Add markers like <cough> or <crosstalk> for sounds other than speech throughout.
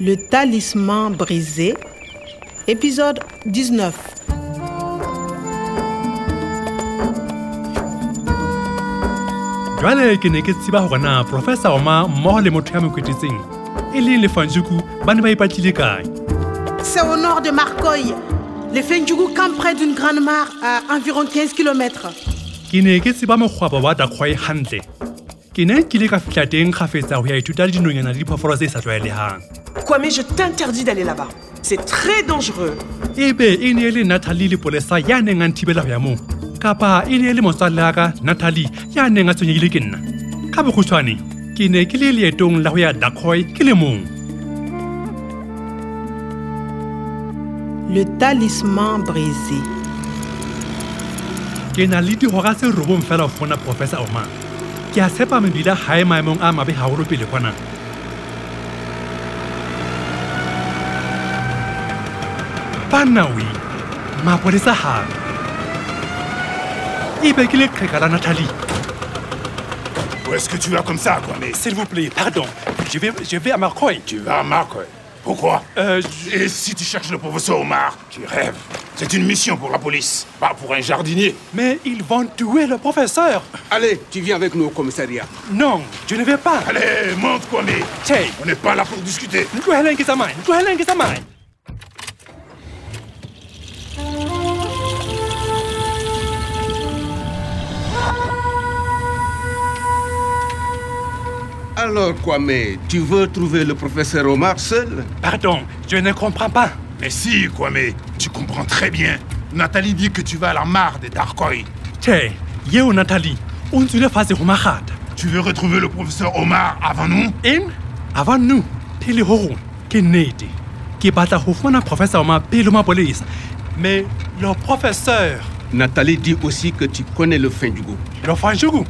Le talisman brisé, épisode 19. jwale ke ne ke tseba hore na profesa oma mmoho le motho ya mo kwetetseng e leng lefanjuku ba ne ba ipatlile kae C'est au nord de Marcoy. Les Fendjougou campent près d'une grande mare à environ 15 km. ke ne ke tseba mokgwaba wa dakgwai hantle ke ne ke ile ka fihla teng kgafetsa ho ya ithuta le dinonyana le diphoofolo tse sa tlwaelehang Kwame, je t'interdis d'aller là-bas. C'est très dangereux. ebe e ne e le natalie lepolesa ya neng a nthibela ho ya moo kapa e ne e le motswalle ya ka natalie ya neng a tshwenyehile ke nna ka bokgutshwane ke ne ke le leetong la ho ya dakgoi ke le mong Le talisman brisé. ke na le dihora tse robong fela ho fona professor oman ke a tshepa mebila ha e maemong a mabe haholo pele kwana banawi mapolesa hape e be ke leqheka la nathalie Où est-ce que tu vas comme ça, Kwame s'il vous plaît pardon je vais, je vais à marcoy Tu vas à Marc ouais. Pourquoi Euh, Et si tu cherches le professeur Omar Tu rêves. C'est une mission pour la police, pas pour un jardinier. mais ils vont tuer le professeur Allez, tu viens avec nous au commissariat. non je ne vais pas Allez, monte, Kwame Tjhe, On n'est pas là pour discuter. ntloheleng ke tsamaye ntloheleng ke tsamaye Alors, Kwame, tu veux trouver le professeur Omar seul pardon je ne comprends pas Mais si, Kwame, tu comprends très bien. Nathalie dit que tu vas à la mare des Darkoi. Tjhe, yeo Nathalie, o ntswile fatshe ho magata. Tu veux retrouver le professeur Omar avant nous <laughs> Eng, avant nou, pele ho rona, ke nnete. Ke batla ho fumana professeur ma pele ho mapolesa. Mais le professeur, Nathalie dit aussi que tu connais le fin du goût. le Fanjugu,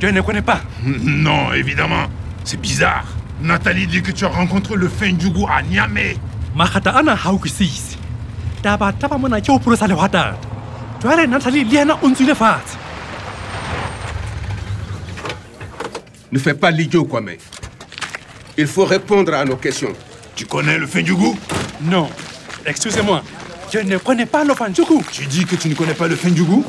je ne connais pas. Non, évidemment. C'est bizarre. Nathalie dit que tu as rencontré le Fendjougou à Niamey. Magata ana ha o kusisi. Taba taba mona ke ho polosa lehwatata. Jwale Nathalie le yena o ntswile fatshe. Ne fais pas l'idiot, Kwame. Il faut répondre à nos questions. Tu connais le Fendjougou Non, excusez-moi, je ne connais pas le Fanjugu. Tu dis que tu ne connais pas le Fendjougou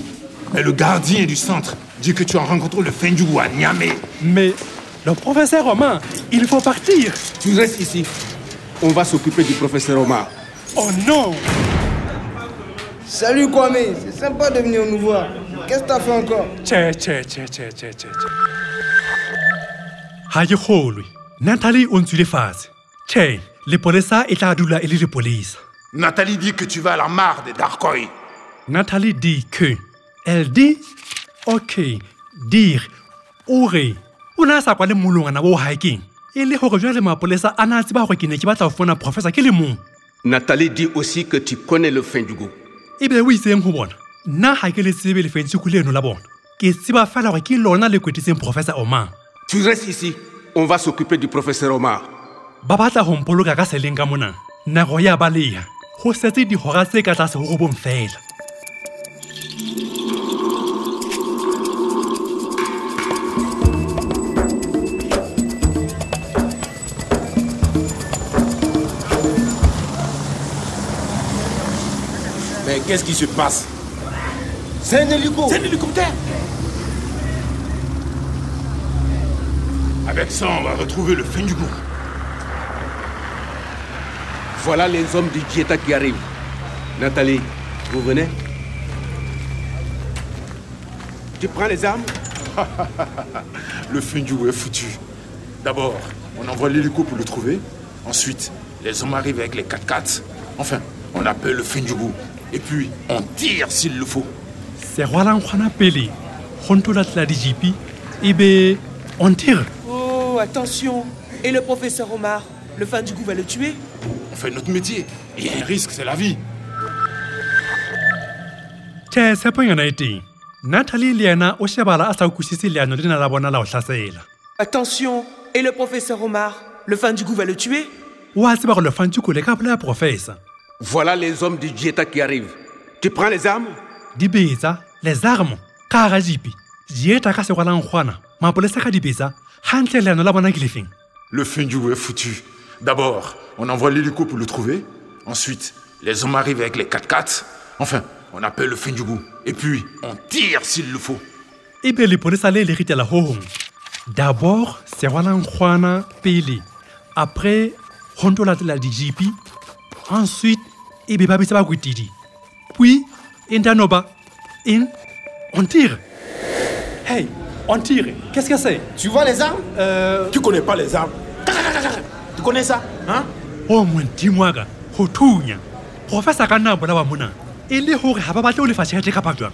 Mais le gardien du centre dit que tu as rencontré le Fendjougou à Niamey. Mais le professeur Romain, il faut partir. Tu restes ici. On va s'occuper du professeur Omar. Oh non! Salut Kwame, c'est sympa de venir nous voir. Qu'est-ce que t'as fait encore Tjhe, tjhe, tjhe, tjhe, tjhe, tjhe, tjhe. ha ke kgolwe natalie o ntswile fatshe tjhe lepolesa e tla dula e le lepolesa Nathalie dit que tu vas à la mare des Darkoi. natalie dit que elle dit okay dire ore o ne a sa kwa le molongwana boo hikeng e le gore jwale mapolesa a ne a tseba gore ke ne ke batla go fona professor ke le mong Nathalie dit aussi que tu connais le fin du goût. ebile o itseng go bona nna ga ke le tsebe lefentseko leno la bona ke tseba fela gore ke lona le kwetsitseng professor omang Tu restes ici. On va s'occuper du professeur Omar. ba batla ho mpoloka ka seleng ka mona nako ya baleha ho setse dihora tse ka tlase ho robong fela Mais qu'est-ce qui se passe C'est un hélico C'est un hélicoptère Avec ça, on va retrouver le fin du goût. Voilà les hommes du Dieta qui arrivent. Nathalie, vous venez Tu prends les armes Le fin du goût est foutu. D'abord, on envoie l'hélico pour le trouver. Ensuite, les hommes arrivent avec les 4x4. Enfin, on appelle le fin du goût. Et puis, on tire s'il le faut. serwalankgwana pele go ntola tlela dijipi e be on tire Oh, attention. Et le professeur Omar Le fan du goût va le tuer On fait notre métier. Il y a un risque, c'est la vie. tjhe tshepo yona e teng natalie le yena o shebala a sa ukusise leano le na la bona la ho hlasela Attention. Et le professeur Omar Le fan du goût va le tuer o a tseba gore lefantsuko le ka bolaya professor Voilà les hommes du Dieta qui arrivent. Tu prends les armes di betsa les armes ka gara jipi dieta ka serwalankgwana mapolesa ka di betsa gantle leano la bona ke lefeng Le fin du goût est foutu. D'abord, on envoie l'hélico pour le trouver. Ensuite, les hommes arrivent avec les 4x4. Enfin, on appelle le Funjugu. Et puis, on tire s'il le faut. e be lepodisa le le ritela ho hong dabor serwalankgwana pele après go nto latela dijipi ensuite e be ba bitsa bakwetidi puis e ntanoba en on tire hey on tire qu'est ce que c'est Euh, Tu vois les armes Tu connais pas les armes. Tu connais ça hein o modimo aka go thunya go fesa ka nna bona ba mona e le gore ga ba batle o lefatshegetle kapa jwang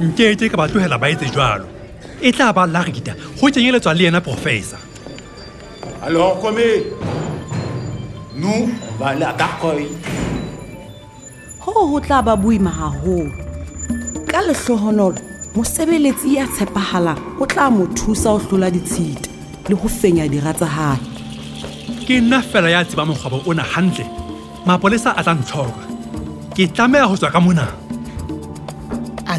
nkete ka ba tlogela ba etse jalo e tla ba larita go kenyeletswa le ena professor Alors, Kwame, nous, on va aller à Karkoy. hoo ho tla ba boima haholo ka lehlohonolo mosebeletsi ya tshepahalang o tla mo thusa ho hlola ditshita le ho fenya dira tsa hae ke nna fela ya tseba mokgwabo o na hantle mapolesa a tla ntshwarwa ke tlameya go tswa ka mona À